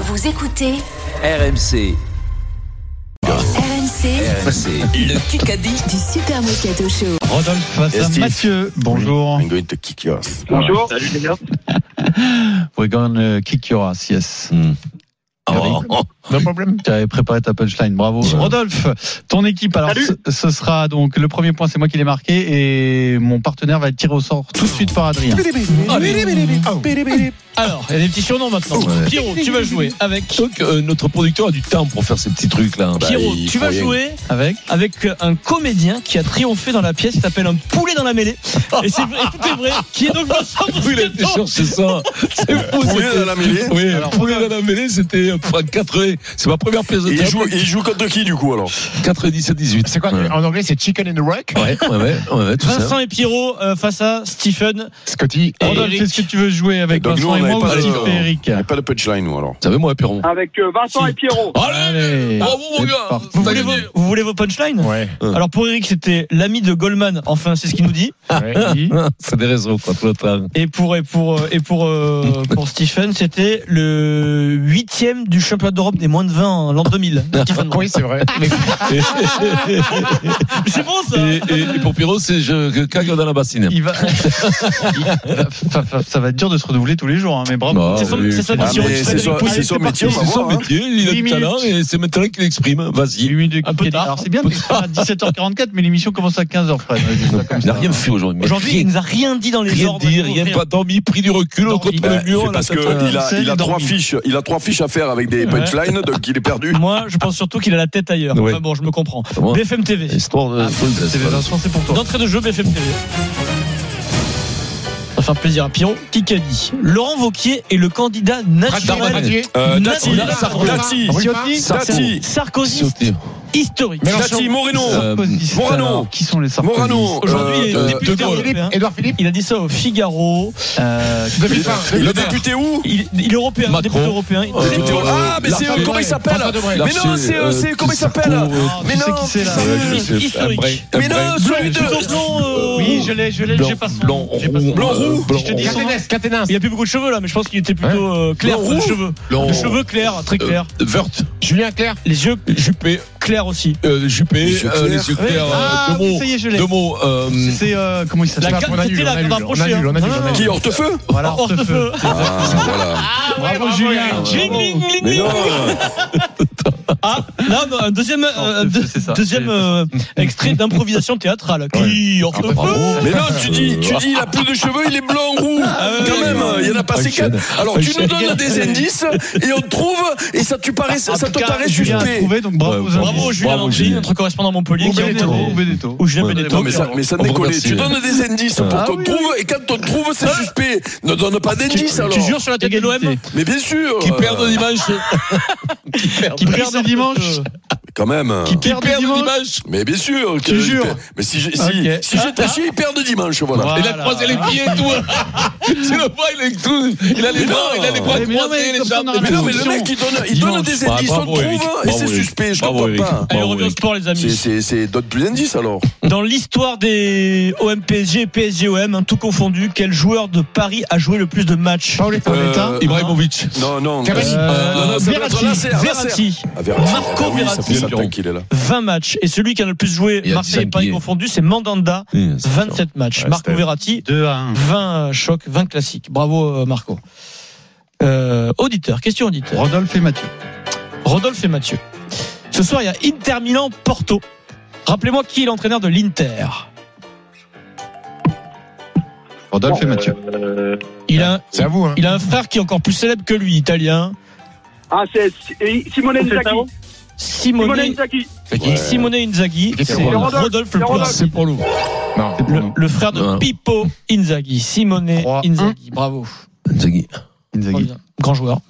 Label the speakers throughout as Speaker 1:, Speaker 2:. Speaker 1: Vous écoutez
Speaker 2: RMC,
Speaker 1: RMC
Speaker 2: RMC, le Kikadi.
Speaker 1: du Super Moscato Show.
Speaker 3: Rodolphe face
Speaker 4: Et
Speaker 3: à
Speaker 4: Steve.
Speaker 3: Mathieu. Bonjour.
Speaker 4: I'm going to kick your ass.
Speaker 5: Bonjour. Salut les gars.
Speaker 3: We're gonna kick your ass, yes.
Speaker 4: Hmm.
Speaker 2: Oh, oh,
Speaker 3: No problem. Tu avais préparé ta punchline, bravo. Rodolphe, ton équipe, alors
Speaker 5: Salut.
Speaker 3: ce, ce sera donc le premier point, c'est moi qui l'ai marqué et mon partenaire va tirer au sort tout de suite par Adrien.
Speaker 6: Ah, Alors, il y a des petits surnoms maintenant.
Speaker 2: Ouais.
Speaker 6: Pierrot, tu vas jouer avec.
Speaker 2: Donc, euh, notre producteur a du temps pour faire ces petits trucs là.
Speaker 6: Pierrot,
Speaker 4: il
Speaker 6: Bah, tu vas
Speaker 4: faut y
Speaker 6: jouer
Speaker 3: Avec
Speaker 6: avec un comédien qui a triomphé dans la pièce qui s'appelle un poulet dans la mêlée. Et c'est vrai, et tout est vrai. Qui est donc Vincent
Speaker 2: Oui, il a été
Speaker 6: Moscato.
Speaker 2: chercher ça. C'est fou.
Speaker 4: Poulet
Speaker 2: c'était-
Speaker 4: dans la mêlée
Speaker 2: Oui,
Speaker 3: Alors,
Speaker 2: poulet dans la mêlée, c'était euh, enfin, 4 C'est ma première pièce de
Speaker 4: Et il
Speaker 2: théâtre.
Speaker 4: joue, il joue contre qui du coup alors
Speaker 2: 97 18. C'est quoi ouais.
Speaker 7: En anglais, c'est Chicken and the Rock.
Speaker 2: ouais, ouais, ouais, ouais, tout ça.
Speaker 6: Vincent et Pierrot euh, face à Stephen.
Speaker 7: Scotty.
Speaker 6: Et
Speaker 3: Rodolphe,
Speaker 6: Eric.
Speaker 3: qu'est-ce que tu veux jouer avec
Speaker 4: Donc, Eh ben, nous,
Speaker 3: Vincent
Speaker 4: on
Speaker 3: et
Speaker 4: n'avait
Speaker 3: moi
Speaker 4: pas
Speaker 3: ou
Speaker 4: de-
Speaker 3: Steve et Eric
Speaker 4: Il n'y a pas de punchline nous alors.
Speaker 2: Ça veut moi, Pierrot.
Speaker 5: Avec euh, Vincent et Pierrot.
Speaker 3: Oh,
Speaker 2: Allez
Speaker 3: Allez,
Speaker 2: Bravo, mon
Speaker 3: c'est
Speaker 2: gars.
Speaker 3: parti.
Speaker 6: Vous
Speaker 2: T'as
Speaker 6: voulez vos,
Speaker 2: gagné.
Speaker 6: vous voulez vos punchlines
Speaker 7: Ouais.
Speaker 2: Euh.
Speaker 6: Alors pour Eric, c'était l'ami de Goldman. Enfin, c'est ce qu'il nous dit.
Speaker 7: ouais.
Speaker 2: C'est Ah, des réseaux, quoi, tout le temps.
Speaker 6: Et pour et pour euh, et pour euh, pour Stephen, c'était le huitième du championnat d'Europe des moins de 20 en l'an 2000. Stephen,
Speaker 7: Oui, c'est vrai. Mais
Speaker 6: c'est bon ça.
Speaker 2: Et, et, et pour Pierrot, c'est je je cague dans la bassine.
Speaker 3: Il va... ça, ça- ça va être dur de se renouveler tous les jours, hein, mais bravo.
Speaker 2: Bah,
Speaker 6: C'est son-
Speaker 2: oui,
Speaker 6: c'est son
Speaker 2: c'est-
Speaker 4: Ah,
Speaker 6: Si on
Speaker 4: mais
Speaker 6: dit
Speaker 4: c'est
Speaker 6: Frédéric
Speaker 4: son,
Speaker 6: Pouillet,
Speaker 4: c'est son
Speaker 6: c'est
Speaker 4: métier, on va
Speaker 2: C'est son
Speaker 4: voir. hein.
Speaker 2: métier, il a
Speaker 3: Dix
Speaker 2: du talent
Speaker 3: minutes.
Speaker 2: et c'est maintenant qu'il l'exprime. Vas-y.
Speaker 3: Huit minutes de
Speaker 6: Un peu
Speaker 3: Kikadi.
Speaker 6: tard.
Speaker 3: Alors c'est bien, parce qu'on part à 17h44, mais l'émission commence à 15h, Fred. Je dis ça comme
Speaker 2: Il n'a
Speaker 3: ça.
Speaker 2: rien fait aujourd'hui. mais
Speaker 6: Aujourd'hui,
Speaker 2: rien
Speaker 6: il nous a rien dit dans les
Speaker 2: rien
Speaker 6: ordres.
Speaker 2: dit, rien, pas dormi, pris du recul contre
Speaker 6: Dormi.
Speaker 4: Bah,
Speaker 2: le mur.
Speaker 4: c'est
Speaker 2: la
Speaker 4: parce
Speaker 2: tête-
Speaker 4: que il a,
Speaker 3: scène
Speaker 4: il a
Speaker 3: et
Speaker 4: trois
Speaker 3: dormi.
Speaker 4: fiches, il a trois fiches à faire avec des punchlines, donc il est perdu.
Speaker 6: Moi, je pense surtout qu'il a la tête ailleurs.
Speaker 2: Ouais.
Speaker 6: Enfin bon, je me comprends.
Speaker 2: Bon,
Speaker 6: BFM TV.
Speaker 8: Euh,
Speaker 2: Histoire
Speaker 8: Ah,
Speaker 2: de.
Speaker 3: C'est les instants, c'est pour toi.
Speaker 6: D'entrée de jeu, BFM TV. Ça va faire plaisir à Pierrot. Kikadi. Laurent Vauquier est le candidat
Speaker 2: Darmanin.
Speaker 6: naturel.
Speaker 7: Mathieu,
Speaker 4: Euh,
Speaker 6: Nassi,
Speaker 4: Dati,
Speaker 6: Sarko-
Speaker 4: Dati,
Speaker 3: Ciotti,
Speaker 4: Dati,
Speaker 6: Sarkozy
Speaker 2: Sauter.
Speaker 6: historique.
Speaker 4: Dati, Moreno,
Speaker 2: Euh,
Speaker 3: Sarkozy,
Speaker 4: Morano.
Speaker 3: alors, Qui sont les Sarkozy
Speaker 4: Morano.
Speaker 6: Aujourd'hui, il est
Speaker 4: euh,
Speaker 6: député
Speaker 2: De Gaulle.
Speaker 6: européen.
Speaker 7: Edouard Philippe.
Speaker 6: Il a dit ça au Figaro.
Speaker 3: Euh,
Speaker 4: il-
Speaker 7: 2020.
Speaker 4: Il a
Speaker 2: Ah,
Speaker 4: débuté où
Speaker 6: Il, il est européen,
Speaker 2: Macron.
Speaker 6: député européen. Il-
Speaker 2: Euh,
Speaker 4: Député- Ah, mais c'est euh, comment il s'appelle Mais non, c'est euh, c'est- comment il s'appelle
Speaker 8: Ah,
Speaker 4: Mais
Speaker 3: tu sais
Speaker 4: non,
Speaker 3: qui c'est, là.
Speaker 4: putain,
Speaker 3: Ouais,
Speaker 4: mais-
Speaker 6: historique.
Speaker 4: Mais non, celui de.
Speaker 6: Plutôt blond, euh,
Speaker 3: Oui, je l'ai, je l'ai, j'ai pas son
Speaker 2: Blanc,
Speaker 3: j'ai pas son-
Speaker 2: roux.
Speaker 4: Blanc,
Speaker 2: euh,
Speaker 4: roux.
Speaker 2: blanc,
Speaker 3: Je te dis son nom.
Speaker 7: Caténas, Caténas.
Speaker 6: Il a plus beaucoup de cheveux là, mais je pense qu'il était plutôt euh, clair
Speaker 4: Non,
Speaker 6: pour les
Speaker 4: roux.
Speaker 6: cheveux.
Speaker 2: blanc,
Speaker 8: Oh.
Speaker 6: Les cheveux clairs, très clairs.
Speaker 2: euh, Wörth,
Speaker 7: Julien Clerc.
Speaker 6: Les yeux
Speaker 2: Juppé,
Speaker 6: clairs aussi.
Speaker 2: euh, Juppé,
Speaker 4: Les yeux
Speaker 2: euh,
Speaker 4: clairs.
Speaker 2: les yeux clairs,
Speaker 3: Ah,
Speaker 2: euh, deux
Speaker 3: oui,
Speaker 8: Oh.
Speaker 2: mots.
Speaker 3: ça y est, je l'ai.
Speaker 2: Deux mots. euh,
Speaker 3: C'est euh, comment il s'appelle
Speaker 6: La
Speaker 7: on
Speaker 6: carte,
Speaker 7: annule,
Speaker 6: c'était
Speaker 7: on
Speaker 6: là
Speaker 7: annule,
Speaker 6: qu'on a
Speaker 7: on
Speaker 6: approché.
Speaker 7: annule, on
Speaker 6: hein.
Speaker 7: annule,
Speaker 6: Non,
Speaker 7: on
Speaker 6: non,
Speaker 7: annule.
Speaker 6: non.
Speaker 4: Qui Hortefeux
Speaker 3: Voilà,
Speaker 6: Hors de feu.
Speaker 4: Ah, voilà.
Speaker 3: Bravo Julien.
Speaker 6: Jing, ling,
Speaker 3: oh.
Speaker 6: ling,
Speaker 4: Mais
Speaker 6: ling.
Speaker 4: non
Speaker 6: Ah, là, non, un deuxième, euh,
Speaker 3: c'est-
Speaker 6: deux-
Speaker 3: c'est ça.
Speaker 6: deuxième
Speaker 3: C'est-
Speaker 6: euh, extrait d'improvisation théâtrale. Qui,
Speaker 8: Ah,
Speaker 6: hors de
Speaker 2: bah, bravo.
Speaker 6: feu.
Speaker 4: Mais non, tu dis, tu dis, il a plus de cheveux, il est blanc roux.
Speaker 6: Ah ouais.
Speaker 4: Quand même, il y en a passé
Speaker 2: Action.
Speaker 4: quatre. Alors tu nous
Speaker 2: Action.
Speaker 4: donnes des indices et on te trouve et ça, tu parais, ça
Speaker 6: En
Speaker 4: te
Speaker 6: tout cas,
Speaker 4: paraît
Speaker 3: Julien a
Speaker 4: suspect.
Speaker 3: trouvé, donc
Speaker 2: Ouais,
Speaker 3: bravo aux
Speaker 6: Bravo
Speaker 3: indices.
Speaker 6: Julien
Speaker 2: Bravo,
Speaker 6: Landry,
Speaker 2: Julien.
Speaker 6: notre correspondant à Montpellier,
Speaker 3: Ou
Speaker 6: qui a
Speaker 3: Benedetto,
Speaker 6: été-
Speaker 3: ou Benedetto.
Speaker 6: ou Julien
Speaker 2: Ouais,
Speaker 6: Benedetto.
Speaker 4: Non, mais ça, mais ça
Speaker 2: On vous
Speaker 4: décolle.
Speaker 2: remercie.
Speaker 4: Tu donnes des indices pour
Speaker 2: Ah,
Speaker 4: qu'on te trouve et quand on te trouve, c'est suspect. Ne donne pas d'indices alors.
Speaker 6: Tu jures sur la tête de l'OM
Speaker 3: Égalité.
Speaker 4: Mais bien sûr.
Speaker 2: Qui
Speaker 4: euh,
Speaker 2: perdent dimanche. Qui perdent
Speaker 6: Qui
Speaker 3: Brise
Speaker 6: perd
Speaker 3: le dimanche.
Speaker 4: Euh, Quand même.
Speaker 3: Qui
Speaker 2: Qui
Speaker 3: perd
Speaker 2: perdent
Speaker 3: dimanche.
Speaker 2: dimanche.
Speaker 4: Mais bien sûr.
Speaker 3: Tu
Speaker 4: que-
Speaker 3: jures
Speaker 4: Mais si j'ai
Speaker 3: Ok.
Speaker 4: si, si
Speaker 2: Ah,
Speaker 4: j'étais chier, ils perdent dimanche, voilà.
Speaker 2: Il a
Speaker 3: Voilà.
Speaker 2: croisé les pieds et tout. Tu le vois, il est tout. Il a les
Speaker 4: Mais
Speaker 2: bras,
Speaker 4: non.
Speaker 2: il a les bras
Speaker 3: Mais non, mais
Speaker 2: croisés, les
Speaker 3: comme ça, on
Speaker 2: jambes.
Speaker 3: aura
Speaker 4: Mais non, mais le mec, il donne, il donne
Speaker 2: Dimanche.
Speaker 4: des
Speaker 2: Ah,
Speaker 4: indices, on
Speaker 2: bravo,
Speaker 4: te
Speaker 2: Eric.
Speaker 4: trouve et
Speaker 2: Bravo,
Speaker 4: c'est
Speaker 2: Eric.
Speaker 4: suspect. Je
Speaker 2: Bravo,
Speaker 4: comprends
Speaker 2: Eric.
Speaker 4: pas.
Speaker 6: Allez,
Speaker 2: Bravo,
Speaker 6: revient au
Speaker 2: Eric.
Speaker 6: sport, les
Speaker 4: C'est-
Speaker 6: amis.
Speaker 4: C'est c'est- d'autres plus d'indices alors.
Speaker 6: Dans l'histoire des OM PSG et PSG OM, hein, tout confondu, quel joueur de Paris a joué le plus de matchs
Speaker 7: Paoletta.
Speaker 3: Paoletta.
Speaker 4: Euh,
Speaker 2: Ibrahimovic.
Speaker 4: Non, Ah, non.
Speaker 7: Cavani.
Speaker 3: Euh,
Speaker 4: non, non, ça doit être
Speaker 6: Verratti,
Speaker 4: Lasser, Lasser.
Speaker 6: Verratti,
Speaker 4: Ah, Verratti.
Speaker 6: Marco
Speaker 4: Ah bah oui, Ça
Speaker 6: Verratti.
Speaker 4: fait longtemps qu'il est là.
Speaker 6: 20 matchs. Et celui qui en a le plus joué,
Speaker 2: Il y a
Speaker 6: Marseille et
Speaker 2: cinq
Speaker 6: Paris
Speaker 2: billets.
Speaker 6: confondus, c'est Mandanda, 27 matchs.
Speaker 7: Ouais,
Speaker 6: Marco
Speaker 7: c'était-
Speaker 6: Verratti,
Speaker 3: 2 à 1.
Speaker 6: 20 chocs, 20 classiques. Bravo euh, Marco. Euh, auditeur, question auditeur.
Speaker 3: Rodolphe et Mathieu.
Speaker 6: Rodolphe et Mathieu. Ce soir, il y a Inter Milan Porto. Rappelez-moi qui est l'entraîneur de l'Inter.
Speaker 3: Rodolphe et Mathieu.
Speaker 4: euh,
Speaker 6: Il a,
Speaker 7: C'est à vous, hein.
Speaker 6: il a un frère qui est encore plus célèbre que lui, italien.
Speaker 5: Ah, c'est et Simone Inzaghi. Simone
Speaker 6: Simone,
Speaker 5: Inzaghi.
Speaker 6: Et Simone Inzaghi.
Speaker 7: C'est
Speaker 6: C'est
Speaker 7: Rodolphe.
Speaker 6: Rodolphe
Speaker 5: C'est
Speaker 6: le plus
Speaker 5: Rodolphe.
Speaker 6: rapide.
Speaker 2: pour nous.
Speaker 7: Non.
Speaker 6: Le, le frère de
Speaker 2: Ouais.
Speaker 6: Pippo Inzaghi. Simone
Speaker 3: Trois,
Speaker 6: Inzaghi. Bravo.
Speaker 2: Zaghi.
Speaker 6: Grand joueur.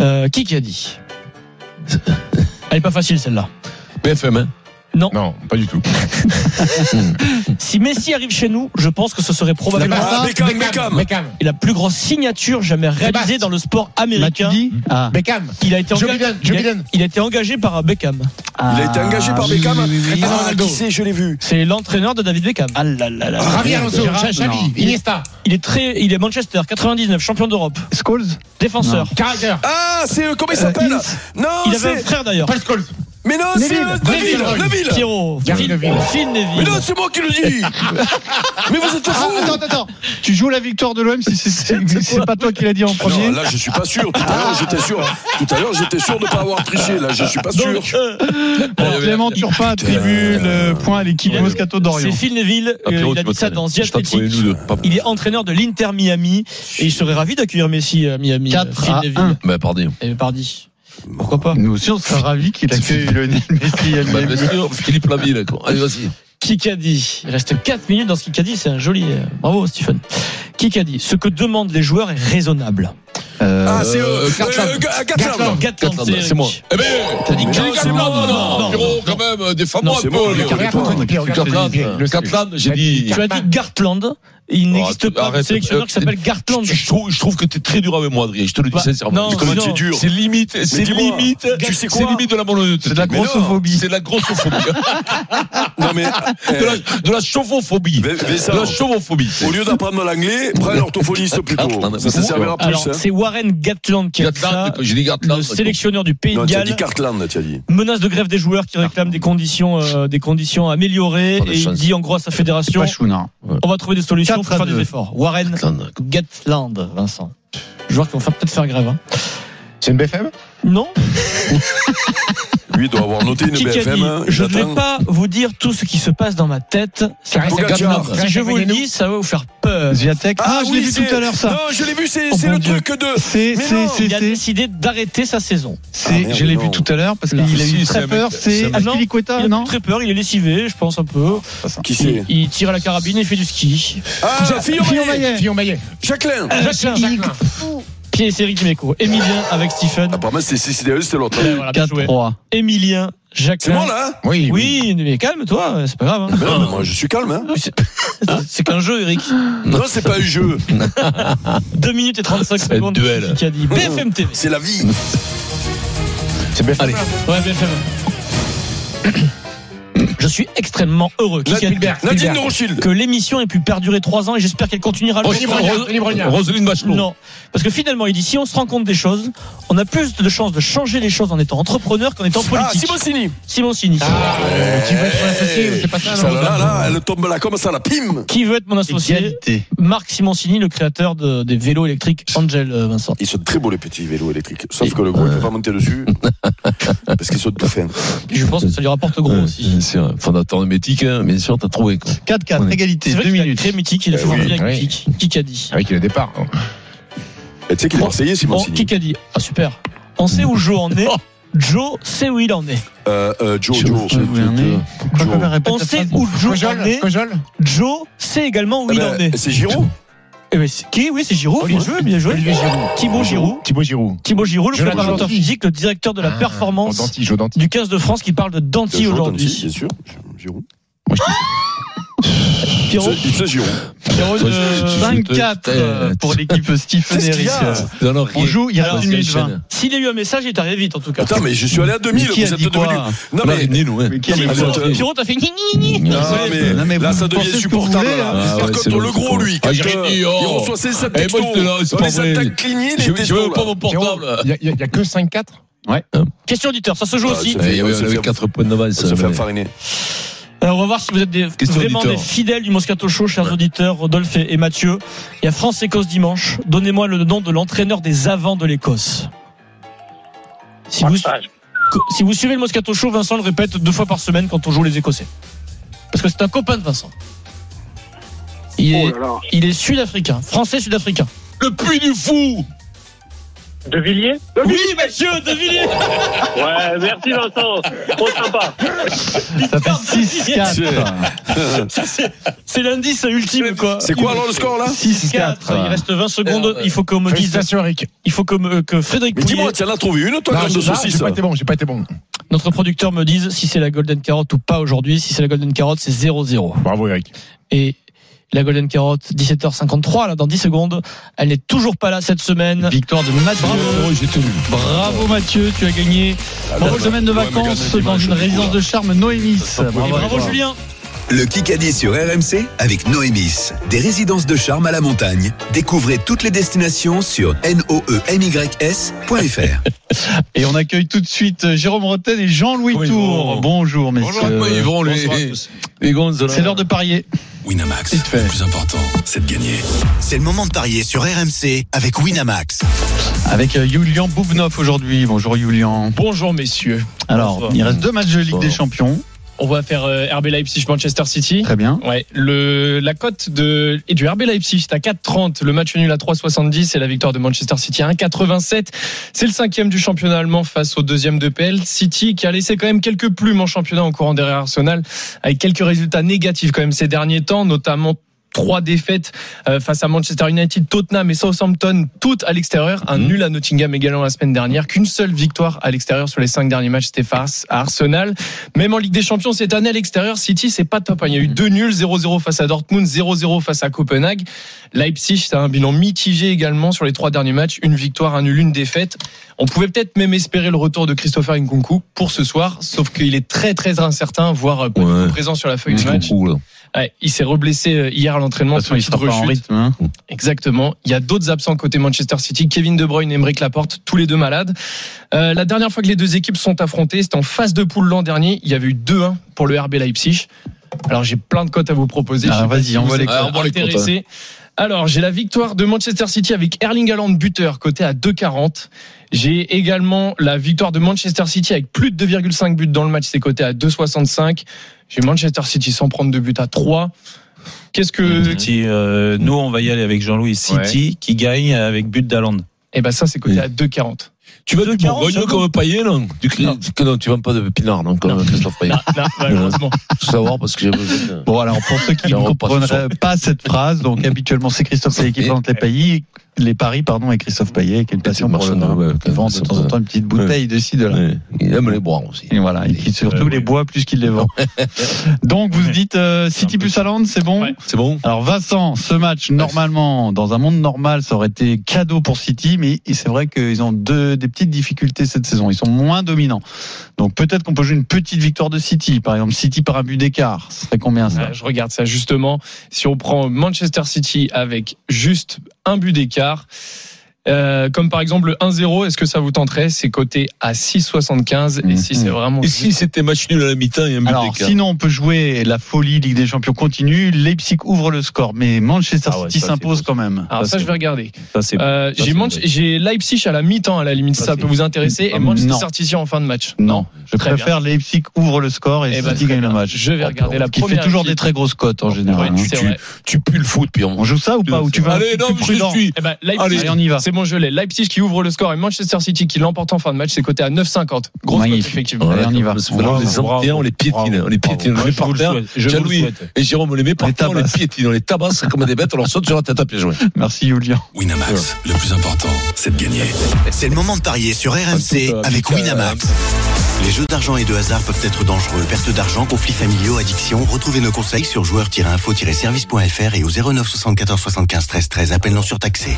Speaker 6: Euh, qui qui a dit Elle est pas facile celle-là.
Speaker 4: BFM, hein
Speaker 7: Non, pas du tout.
Speaker 6: Si Messi arrive chez nous, je pense que ce serait probablement
Speaker 4: Beckham, Beckham, Beckham.
Speaker 7: Beckham.
Speaker 6: la plus grosse signature jamais réalisée
Speaker 7: Sébastien.
Speaker 6: dans le sport
Speaker 3: Mathieu
Speaker 6: américain.
Speaker 3: dit Ah.
Speaker 7: Beckham.
Speaker 6: Il a été
Speaker 7: Bah, Joe
Speaker 6: engagé,
Speaker 7: Biden, Joe
Speaker 6: il a-
Speaker 7: Biden.
Speaker 6: il a été engagé par Beckham.
Speaker 4: Il a été engagé par Beckham. Ah, qui c'est, je l'ai vu.
Speaker 6: C'est l'entraîneur de David Beckham.
Speaker 7: Ah Javier Alonso,
Speaker 3: Gérard, non.
Speaker 7: Xavi, Iniesta,
Speaker 6: Il est très, il est Manchester 99, champion d'Europe,
Speaker 3: Scholes
Speaker 6: défenseur.
Speaker 7: Carragher,
Speaker 4: Ah, c'est euh, comment il s'appelle Non,
Speaker 6: Il avait un
Speaker 4: c'est.
Speaker 6: frère d'ailleurs.
Speaker 7: Paul Scholes.
Speaker 4: Mais non, c'est
Speaker 7: Neville.
Speaker 4: euh, Neville.
Speaker 7: Neville.
Speaker 4: Neville.
Speaker 6: Pierrot,
Speaker 7: Gary
Speaker 6: Phil
Speaker 7: Neville.
Speaker 6: Phil Neville.
Speaker 4: Mais non, c'est moi qui le dis. Mais vous êtes
Speaker 3: Ah,
Speaker 4: fous.
Speaker 3: attends, attends, attends. Tu joues la victoire de l'OM si c'est- c'est c'est pas toi qui l'as dit en
Speaker 4: Ah non,
Speaker 3: premier.
Speaker 4: là je suis pas sûr. Tout à l'heure j'étais sûr. Tout à l'heure j'étais sûr de pas avoir triché. Là je suis pas sûr.
Speaker 6: Donc, euh,
Speaker 3: Bon, Clément Turpin attribue le point à l'équipe
Speaker 6: Il a-
Speaker 3: Moscato
Speaker 6: c'est
Speaker 3: d'Orient.
Speaker 6: Phil Neville.
Speaker 8: Ah,
Speaker 6: euh, il a dit ça dans The Athletic. Il est entraîneur de l'Inter Miami et il serait ravi d'accueillir Messi à Miami. euh,
Speaker 3: 4
Speaker 6: Phil
Speaker 3: à
Speaker 6: Neville.
Speaker 3: 1.
Speaker 8: Bah, pardon.
Speaker 6: Et Pardi. Pourquoi pas
Speaker 3: Nous aussi, on sera ravis qu'il accueille Lionel Messi. à
Speaker 8: Bah,
Speaker 3: l'OM.
Speaker 8: bien sûr, Philippe Laville, quoi. Allez, vas-y.
Speaker 6: Kikadi. Il reste 4 minutes dans ce Kikadi, c'est un joli. euh, Bravo, Stephen. Kikadi. Ce que demandent les joueurs est raisonnable.
Speaker 4: Ah c'est
Speaker 8: Euh,
Speaker 4: euh,
Speaker 8: Gatland.
Speaker 4: euh, Ga- Gatland.
Speaker 6: Gatland,
Speaker 8: Gatland,
Speaker 6: c'est Eric.
Speaker 8: c'est moi.
Speaker 4: Eh ben,
Speaker 8: T'as dit
Speaker 4: mais
Speaker 8: Gatland,
Speaker 4: non, c'est
Speaker 8: non,
Speaker 4: moi,
Speaker 8: non,
Speaker 4: non.
Speaker 8: Pierrot, quand même, euh, défends-moi
Speaker 4: Non,
Speaker 8: un
Speaker 4: c'est
Speaker 8: peu.
Speaker 4: moi,
Speaker 8: Léo.
Speaker 4: Gatland.
Speaker 3: Ah,
Speaker 8: Gatland, Gatland, euh, j'ai dit.
Speaker 6: Tu as dit Gartland. Il
Speaker 8: Oh,
Speaker 6: n'existe
Speaker 8: arrête,
Speaker 6: pas de
Speaker 8: arrête.
Speaker 6: sélectionneur qui s'appelle
Speaker 8: Je,
Speaker 6: Gartland.
Speaker 8: je trouve, je trouve que t'es très dur avec moi, Adrien. Je te le dis
Speaker 6: Bah,
Speaker 8: sincèrement.
Speaker 6: non,
Speaker 4: Comment tu es
Speaker 6: non.
Speaker 4: dur.
Speaker 8: C'est limite, c'est
Speaker 4: dis-moi,
Speaker 8: limite,
Speaker 4: tu sais
Speaker 8: c'est
Speaker 4: quoi
Speaker 8: limite de la malhonnêteté.
Speaker 3: C'est de la
Speaker 4: Mais non.
Speaker 3: grossophobie.
Speaker 8: C'est de la grossophobie.
Speaker 4: Non mais eh,
Speaker 8: de, la, de la chauvophobie.
Speaker 4: Vé- Vincent,
Speaker 8: De la chauvophobie.
Speaker 4: au lieu d'apprendre l'anglais, prends l'orthophoniste plutôt.
Speaker 8: Gatland.
Speaker 4: Ça te servira plus.
Speaker 6: Alors,
Speaker 4: hein.
Speaker 6: c'est Warren Gatland qui a dit ça.
Speaker 8: Gatland, que j'ai dit Gatland.
Speaker 6: Le
Speaker 8: quoi.
Speaker 6: sélectionneur du Pays de
Speaker 4: Non, tu as dit
Speaker 6: Galles.
Speaker 4: Cartland, tu as dit.
Speaker 6: Menace de grève des joueurs qui réclament des conditions, euh, des conditions améliorées.
Speaker 8: Pas de
Speaker 6: Et il
Speaker 8: chance.
Speaker 6: dit en gros à sa fédération,
Speaker 3: Pas Chouinard.
Speaker 6: on va trouver des solutions pour
Speaker 3: Quatre à
Speaker 6: faire des
Speaker 3: deux.
Speaker 6: efforts. Warren
Speaker 8: Gatland.
Speaker 6: Gatland, Vincent. Joueur qui va faire- peut-être faire grève. hein.
Speaker 7: C'est une BFM
Speaker 6: Non
Speaker 4: Lui il doit avoir noté une
Speaker 6: Qui qui a dit,
Speaker 4: BFM. hein,
Speaker 6: je ne vais
Speaker 4: j'attends.
Speaker 6: pas vous dire tout ce qui se passe dans ma tête. C'est
Speaker 7: Caresse
Speaker 6: pour
Speaker 4: à
Speaker 9: Ah,
Speaker 4: Gatland.
Speaker 6: Gatland. Si je vous le dis, ça va vous faire peur.
Speaker 3: Ziatek. Ah, je l'ai
Speaker 4: oui,
Speaker 3: vu
Speaker 4: c'est-
Speaker 3: tout à l'heure, ça.
Speaker 4: Non, je l'ai vu, c'est
Speaker 3: Oh,
Speaker 4: c'est
Speaker 3: mon
Speaker 4: le
Speaker 3: Dieu.
Speaker 4: truc de.
Speaker 3: C'est,
Speaker 4: Mais
Speaker 3: c'est,
Speaker 4: non,
Speaker 3: c'est,
Speaker 6: Il a
Speaker 3: c'est,
Speaker 6: décidé d'arrêter sa saison.
Speaker 4: Ah,
Speaker 3: c'est,
Speaker 4: merde,
Speaker 3: je l'ai
Speaker 4: non.
Speaker 3: vu tout à l'heure parce qu'il
Speaker 6: Là,
Speaker 3: a
Speaker 8: si,
Speaker 3: eu
Speaker 8: c'est
Speaker 3: très
Speaker 8: un
Speaker 3: peur.
Speaker 8: mec- c'est
Speaker 3: C'est
Speaker 8: un mec-
Speaker 3: Aspilicueta,
Speaker 6: Il a
Speaker 3: Ah, non?
Speaker 6: très peur, il est lessivé, je pense un peu.
Speaker 4: Ah, Qui c'est
Speaker 6: Il, il tire à la carabine et fait du ski.
Speaker 4: Ah, Fillon
Speaker 3: Fillon
Speaker 4: Maillet.
Speaker 3: Maillet.
Speaker 7: Fillon Maillet.
Speaker 4: Jacqueline.
Speaker 6: Jacqueline. Pierre et Cédric Dimeco. Emilien avec Stephen.
Speaker 4: Apparemment, c'était CCDE, c'était l'autre.
Speaker 6: Ouais, voilà, bien joué.
Speaker 3: 4-3.
Speaker 6: Emilien,
Speaker 4: C'est
Speaker 6: Jacqueline.
Speaker 4: bon, là hein.
Speaker 7: Oui.
Speaker 6: Oui, mais calme-toi, c'est pas grave. hein.
Speaker 4: Ben non, mais moi, je suis calme, hein.
Speaker 6: C'est qu'un jeu, Eric.
Speaker 4: Non, c'est pas un jeu,
Speaker 6: 2 minutes et 35
Speaker 8: Ça va être
Speaker 6: secondes.
Speaker 8: duel.
Speaker 6: Qui a
Speaker 4: Mmh.
Speaker 6: dit BFM TV.
Speaker 4: c'est la vie.
Speaker 7: C'est BFM.
Speaker 8: Allez.
Speaker 6: Ouais, BFM. Je suis extrêmement heureux qui a dit
Speaker 4: Nadine de Rothschild.
Speaker 6: que l'émission ait pu perdurer 3 ans et j'espère qu'elle continuera
Speaker 8: Roselyne
Speaker 6: longtemps.
Speaker 8: Brognard, Roselyne Brognard. Roselyne Bachelot.
Speaker 6: Non, parce que finalement, il dit si on se rend compte des choses, on a plus de chances de changer les choses en étant entrepreneur qu'en étant
Speaker 4: Ah,
Speaker 6: politique.
Speaker 4: Simoncini. Eh,
Speaker 6: Simoncini.
Speaker 3: Ah. Tu vas être associé ou c'est pas
Speaker 4: Ça, là, là, elle tombe là, comme ça, la pime.
Speaker 6: Qui veut être mon associé
Speaker 3: Égalité.
Speaker 6: Marc Simoncini, le créateur de- des vélos électriques Angel euh, Vincent.
Speaker 4: Ils sont très beaux, les petits vélos électriques. Sauf que le gros, il peut pas monter dessus. Parce qu'ils sont tout fins.
Speaker 6: Et je pense que ça lui rapporte gros
Speaker 8: Ouais,
Speaker 6: aussi.
Speaker 8: Bien sûr, euh, fondateur de Métique, hein. bien sûr, t'as trouvé. Quoi.
Speaker 3: 4-4. Égalité.
Speaker 6: C'est vrai
Speaker 3: 2
Speaker 6: qu'il a
Speaker 3: minutes.
Speaker 6: créé Mythique, il a fait
Speaker 4: Eh oui,
Speaker 6: un lien avec
Speaker 7: oui.
Speaker 6: Mythique. Kikadi.
Speaker 7: Avec le départ. hein.
Speaker 4: Et tu sais qu'il est Marseillais,
Speaker 6: Bon,
Speaker 4: Simoncini.
Speaker 6: Kikadi. Ah super. On sait où Joe en est. Joe sait où il en est.
Speaker 4: Euh, euh, Joe, Joe.
Speaker 3: Je vous en ai.
Speaker 8: euh,
Speaker 3: Pourquoi
Speaker 4: Joe.
Speaker 3: qu'on la répète
Speaker 6: On
Speaker 3: cette
Speaker 6: sait
Speaker 3: phrase
Speaker 6: où Joe en
Speaker 7: Cojol
Speaker 6: est.
Speaker 7: Cojol
Speaker 6: Joe sait également où
Speaker 4: Eh
Speaker 6: il en
Speaker 4: ben,
Speaker 6: est.
Speaker 4: C'est Giraud.
Speaker 6: Eh ben, c'est- qui Oui, c'est Giroud. Bien joué, bien joué.
Speaker 7: Olivier Giroud.
Speaker 6: Thibaut Giroud.
Speaker 7: Thibaut Giroud.
Speaker 6: Thibaut Giroud, le
Speaker 7: Jonathan
Speaker 6: préparateur
Speaker 7: Danti.
Speaker 6: physique, le directeur de la
Speaker 7: Ah,
Speaker 6: performance
Speaker 7: Danti, Joe Danti.
Speaker 6: du 15 de France qui parle de Danti
Speaker 4: Joe Danti,
Speaker 6: aujourd'hui.
Speaker 4: Euh, Bien sûr. Giraud.
Speaker 6: Pierrot,
Speaker 4: Il se Giraud.
Speaker 6: Pierrot de-
Speaker 8: Je te-
Speaker 3: 5-4 euh, pour l'équipe Stephen
Speaker 4: Qu'est-ce qu'il
Speaker 3: Eric.
Speaker 4: y a
Speaker 8: Non, non, rien.
Speaker 3: On joue, il y a
Speaker 8: Alors,
Speaker 3: 1 minute 20.
Speaker 8: chaîne.
Speaker 6: s'il y a eu un message, il est arrivé vite en tout cas.
Speaker 4: Attends, mais je suis allé à 2000.
Speaker 3: Qui a
Speaker 4: Vous êtes
Speaker 3: dit quoi
Speaker 4: devenus. Non,
Speaker 8: Non, mais
Speaker 4: mais. Ah,
Speaker 8: ni nous, hein.
Speaker 3: Mais qui a
Speaker 4: Qui
Speaker 3: dit
Speaker 4: a dit
Speaker 3: quoi
Speaker 4: ça
Speaker 6: Pierrot, t'as fait ni ni ni ni.
Speaker 8: Bah,
Speaker 4: Non, mais,
Speaker 3: Non, mais
Speaker 4: là,
Speaker 3: vous pensez
Speaker 4: ça devient
Speaker 3: ce que vous
Speaker 4: insupportable.
Speaker 3: voulez,
Speaker 4: là.
Speaker 8: hein. Ah
Speaker 4: Par
Speaker 8: ouais,
Speaker 4: contre,
Speaker 8: c'est
Speaker 4: le
Speaker 8: bon, c'est
Speaker 4: gros,
Speaker 8: bon.
Speaker 4: lui,
Speaker 8: Ah,
Speaker 4: quand
Speaker 8: j'ai
Speaker 4: euh,
Speaker 8: dit, oh.
Speaker 4: il reçoit ses 7
Speaker 8: Eh, moi,
Speaker 4: textos,
Speaker 8: j'étais là, c'est
Speaker 4: on
Speaker 8: pas
Speaker 4: les
Speaker 8: vrai.
Speaker 4: attaque clignées,
Speaker 8: Je
Speaker 4: les
Speaker 8: je veux
Speaker 4: textos.
Speaker 8: même pas
Speaker 4: là.
Speaker 8: mon portable.
Speaker 7: Il n'y a, que 5-4
Speaker 6: Question auditeur, ça se joue
Speaker 4: Ah,
Speaker 6: aussi.
Speaker 4: c'est-
Speaker 8: Eh, Il y avait- on avait 4 points d'avance. hein,
Speaker 4: Ça fait
Speaker 8: mais-
Speaker 4: enfariner.
Speaker 6: Alors, on va voir si vous êtes des,
Speaker 8: Question
Speaker 6: vraiment
Speaker 8: auditeur.
Speaker 6: des fidèles du Moscato Show, chers auditeurs, Rodolphe et, et Mathieu. Il y a France-Écosse dimanche. Donnez-moi le nom de l'entraîneur des avants de l'Écosse. Si vous, si vous suivez le Moscato Show, Vincent le répète deux fois par semaine quand on joue les Écossais. Parce que c'est un copain de Vincent. Il est,
Speaker 5: Oh là là.
Speaker 6: il est sud-africain, français sud-africain.
Speaker 8: Le puits du fou
Speaker 10: De Villiers
Speaker 6: Oui, monsieur De Villiers
Speaker 10: Ouais, merci Vincent. Trop sympa.
Speaker 3: Ça fait
Speaker 6: Ah,
Speaker 3: 6-4.
Speaker 6: Ça, c'est- C'est l'indice ultime, quoi.
Speaker 4: C'est quoi alors le score là
Speaker 3: 6-4.
Speaker 6: 4. Il reste 20 secondes. Il faut qu'on me dise.
Speaker 7: Félicitations, Eric.
Speaker 6: Il faut que, me- que Frédéric
Speaker 4: Mais
Speaker 6: Pouillet,
Speaker 4: dis-moi, tu en as trouvé une, toi,
Speaker 7: Non,
Speaker 4: comme
Speaker 7: j'ai
Speaker 4: de
Speaker 7: pas-
Speaker 4: saucisse hein.
Speaker 7: j'ai pas été bon, j'ai pas été bon.
Speaker 6: notre producteur, me dise si c'est la Golden Carotte ou pas aujourd'hui. Si c'est la Golden Carotte, c'est 0-0.
Speaker 7: Bravo, Eric.
Speaker 6: Et la Golden Carotte, 17h53, là, dans 10 secondes. Elle n'est toujours pas là cette semaine.
Speaker 3: Victoire de Mathieu.
Speaker 8: j'ai tenu.
Speaker 6: Bravo Mathieu, tu as gagné. Bravo semaine de
Speaker 4: ouais, mais regarde
Speaker 6: vacances dans
Speaker 4: l'image,
Speaker 6: une
Speaker 4: je trouve,
Speaker 6: résidence
Speaker 4: là.
Speaker 6: de charme Noémis.
Speaker 3: Ça sent
Speaker 6: Et
Speaker 3: bon.
Speaker 6: bravo Julien.
Speaker 11: Le Kikadi sur RMC avec Noémis. Des résidences de charme à la montagne. Découvrez toutes les destinations sur noemys.fr.
Speaker 3: Et on accueille tout de suite euh, Jérôme Rotten et Jean-Louis
Speaker 8: Oui,
Speaker 3: Tour.
Speaker 8: bon.
Speaker 3: Bonjour, messieurs.
Speaker 8: Bonjour, comment ils vont les,
Speaker 3: Bonsoir à tous.
Speaker 8: les gonzes là
Speaker 3: C'est l'heure de parier.
Speaker 11: Winamax,
Speaker 3: Il te fait. le
Speaker 11: plus important, c'est de gagner. C'est le moment de parier sur RMC avec Winamax.
Speaker 3: Avec euh, Julian Boubnov aujourd'hui. Bonjour, Julian.
Speaker 9: Bonjour messieurs.
Speaker 3: Alors,
Speaker 9: Bonsoir.
Speaker 3: il reste deux matchs de Ligue
Speaker 8: Bonsoir.
Speaker 3: des Champions.
Speaker 9: On va faire euh, RB Leipzig Manchester City.
Speaker 3: Très bien.
Speaker 9: Ouais, le la cote de et du RB Leipzig c'est à 4,30, le match nul à 3,70 et la victoire de Manchester City à 1,87. C'est le cinquième du championnat allemand face au deuxième de PL City qui a laissé quand même quelques plumes en championnat en courant derrière Arsenal avec quelques résultats négatifs quand même ces derniers temps, notamment trois défaites euh, face à Manchester United, Tottenham et Southampton, toutes à l'extérieur. Un nul à Nottingham également la semaine dernière. Qu'une seule victoire à l'extérieur sur les cinq derniers matchs, c'était face à Arsenal. Même en Ligue des Champions cette année à l'extérieur, City c'est pas top. hein. Il y a eu deux nuls, 0-0 face à Dortmund, 0-0 face à Copenhague. Leipzig c'est un bilan mitigé également sur les trois derniers matchs, une victoire, un nul, une défaite. On pouvait peut-être même espérer le retour de Christopher Nkunku pour ce soir, sauf qu'il est très très incertain, voire pas du
Speaker 8: Ouais.
Speaker 9: tout présent sur la feuille du
Speaker 8: Petit
Speaker 9: match.
Speaker 8: concours, là.
Speaker 9: Ouais, il s'est reblessé euh, hier à l'entraînement.
Speaker 3: De toute façon,
Speaker 9: sur
Speaker 3: il
Speaker 9: une
Speaker 3: sera
Speaker 9: petite
Speaker 3: pas en
Speaker 9: rechute.
Speaker 3: rythme. hein.
Speaker 9: Exactement. Il y a d'autres absents côté Manchester City. Kevin De Bruyne et Emeric Laporte, tous les deux malades. Euh, la dernière fois que les deux équipes sont affrontées, c'était en phase de poule l'an dernier. Il y avait eu 2-1 pour le RB Leipzig. Alors j'ai plein de cotes à vous proposer.
Speaker 3: Ah,
Speaker 9: Je sais pas
Speaker 3: vas-y,
Speaker 9: si
Speaker 3: envoie
Speaker 9: vous
Speaker 3: les
Speaker 9: êtes
Speaker 8: cotes. Ah, envoie les cotes,
Speaker 9: intéressés. Alors j'ai la victoire de Manchester City avec Erling Haaland buteur côté à 2,40. J'ai également la victoire de Manchester City avec plus de 2,5 buts dans le match, c'est coté à 2,65. J'ai Manchester City sans prendre de but à 3. Qu'est-ce que
Speaker 8: Euh, Mm-hmm.
Speaker 12: nous, on va y aller avec Jean-Louis City qui gagne avec but d'Aland.
Speaker 9: Eh ben ça, c'est coté à 2,40.
Speaker 8: Tu vas du
Speaker 6: 2,40,
Speaker 8: Bourgogne
Speaker 6: j'avoue.
Speaker 8: comme Payet, non tu,
Speaker 9: Non.
Speaker 8: que non, tu vends pas de Pinard, non, comme Christophe Payet.
Speaker 9: Non, malheureusement.
Speaker 8: Faut savoir parce que j'ai besoin de-
Speaker 3: Bon, alors, pour ceux qui
Speaker 8: Là,
Speaker 3: ne
Speaker 8: on repasse
Speaker 3: comprendraient pas cette phrase, donc habituellement, c'est Christophe Payet qui
Speaker 8: Et-
Speaker 3: présente les paris, les paris, pardon, et Christophe Payet, qui est une passion pour le
Speaker 8: marchand de-
Speaker 3: vin,
Speaker 8: ouais,
Speaker 3: qui vend de
Speaker 8: c'est
Speaker 3: temps en
Speaker 8: pas-
Speaker 3: temps une petite bouteille de ci, de là.
Speaker 8: Ouais. Il aime les boire aussi.
Speaker 3: Et voilà, et qui surtout les boit plus qu'il les vend. Donc vous dites euh, City plus Haaland, c'est bon
Speaker 9: Ouais.
Speaker 8: C'est bon
Speaker 3: Alors Vincent, ce match normalement dans un monde normal, ça aurait été cadeau pour City, mais c'est vrai qu'ils ont deux, des petites difficultés cette saison. Ils sont moins dominants. Donc peut-être qu'on peut jouer une petite victoire de City, par exemple City par un but d'écart. Ce serait combien ça
Speaker 9: Ah, Je regarde ça justement. Si on prend Manchester City avec juste un but d'écart, euh, comme par exemple le 1-0, est-ce que ça vous tenterait C'est coté à 6,75. Et si
Speaker 3: Mhm.
Speaker 9: c'est vraiment.
Speaker 8: Et si c'était match nul à la mi-temps et un but
Speaker 3: Alors
Speaker 8: d'écart
Speaker 3: sinon on peut jouer la folie Ligue des Champions continue. Leipzig ouvre le score, mais Manchester
Speaker 12: Ah ouais,
Speaker 3: City
Speaker 12: ça, c'est
Speaker 3: s'impose
Speaker 12: beau.
Speaker 3: quand même.
Speaker 9: Alors
Speaker 12: Ça,
Speaker 9: Ah, ça,
Speaker 12: c'est-
Speaker 9: je vais regarder.
Speaker 12: Ça, c'est ça,
Speaker 9: Euh, j'ai,
Speaker 12: c'est
Speaker 9: Manch-
Speaker 12: vrai.
Speaker 9: j'ai Leipzig à la mi-temps, à la limite,
Speaker 12: Ça,
Speaker 9: ça, peut
Speaker 12: c'est-
Speaker 9: vous intéresser.
Speaker 3: Ah,
Speaker 9: Et Manchester
Speaker 3: non.
Speaker 9: City en fin de match.
Speaker 3: Non, je
Speaker 9: Très bien.
Speaker 3: préfère Leipzig ouvre le score et,
Speaker 9: Eh ben,
Speaker 3: City
Speaker 9: très
Speaker 3: gagne
Speaker 9: bien.
Speaker 3: le match.
Speaker 9: Je vais regarder la
Speaker 3: Qui fait
Speaker 9: première
Speaker 3: toujours
Speaker 9: équipe.
Speaker 3: des très grosses cotes en
Speaker 9: Ouais,
Speaker 3: général. hein.
Speaker 9: c'est vrai.
Speaker 8: Tu pues le foot, puis on
Speaker 3: On joue ça ou pas Ou tu vas
Speaker 8: Allez,
Speaker 3: tu-
Speaker 8: non,
Speaker 3: tu
Speaker 8: mais je
Speaker 3: prudent
Speaker 8: suis.
Speaker 9: Eh ben, Leipzig-
Speaker 8: Allez.
Speaker 3: Allez, on y va.
Speaker 9: C'est bon, je l'ai. Leipzig qui ouvre le score et Manchester City qui l'emporte en fin de match. C'est coté à 9,50. Grosse cote,
Speaker 3: Magnifique.
Speaker 9: effectivement.
Speaker 8: Voilà,
Speaker 3: Allez, on y va.
Speaker 8: parce que voilà, on les
Speaker 12: Bravo,
Speaker 8: empire, on les piétine,
Speaker 12: bravo,
Speaker 8: on les piétine, on
Speaker 12: bravo.
Speaker 8: les
Speaker 12: Je vous le
Speaker 8: parterre.
Speaker 12: souhaite, je vous le
Speaker 8: Jean-Louis
Speaker 12: souhaite.
Speaker 8: Et Jérôme, on les met par terre, on les
Speaker 3: tabasse.
Speaker 8: piétine, on les tabasse comme des bêtes, on leur saute sur la tête à pieds joints.
Speaker 3: Merci Julien.
Speaker 11: Winamax, le plus important, c'est de gagner. C'est le moment de parier sur
Speaker 8: tout, euh,
Speaker 11: RMC avec
Speaker 8: tout, euh,
Speaker 11: Winamax. Les jeux d'argent et de hasard peuvent être dangereux. Perte d'argent, conflits familiaux, addiction. Retrouvez nos conseils sur joueurs-info-service.fr et au 09 74 75 13 13. Appel non surtaxé.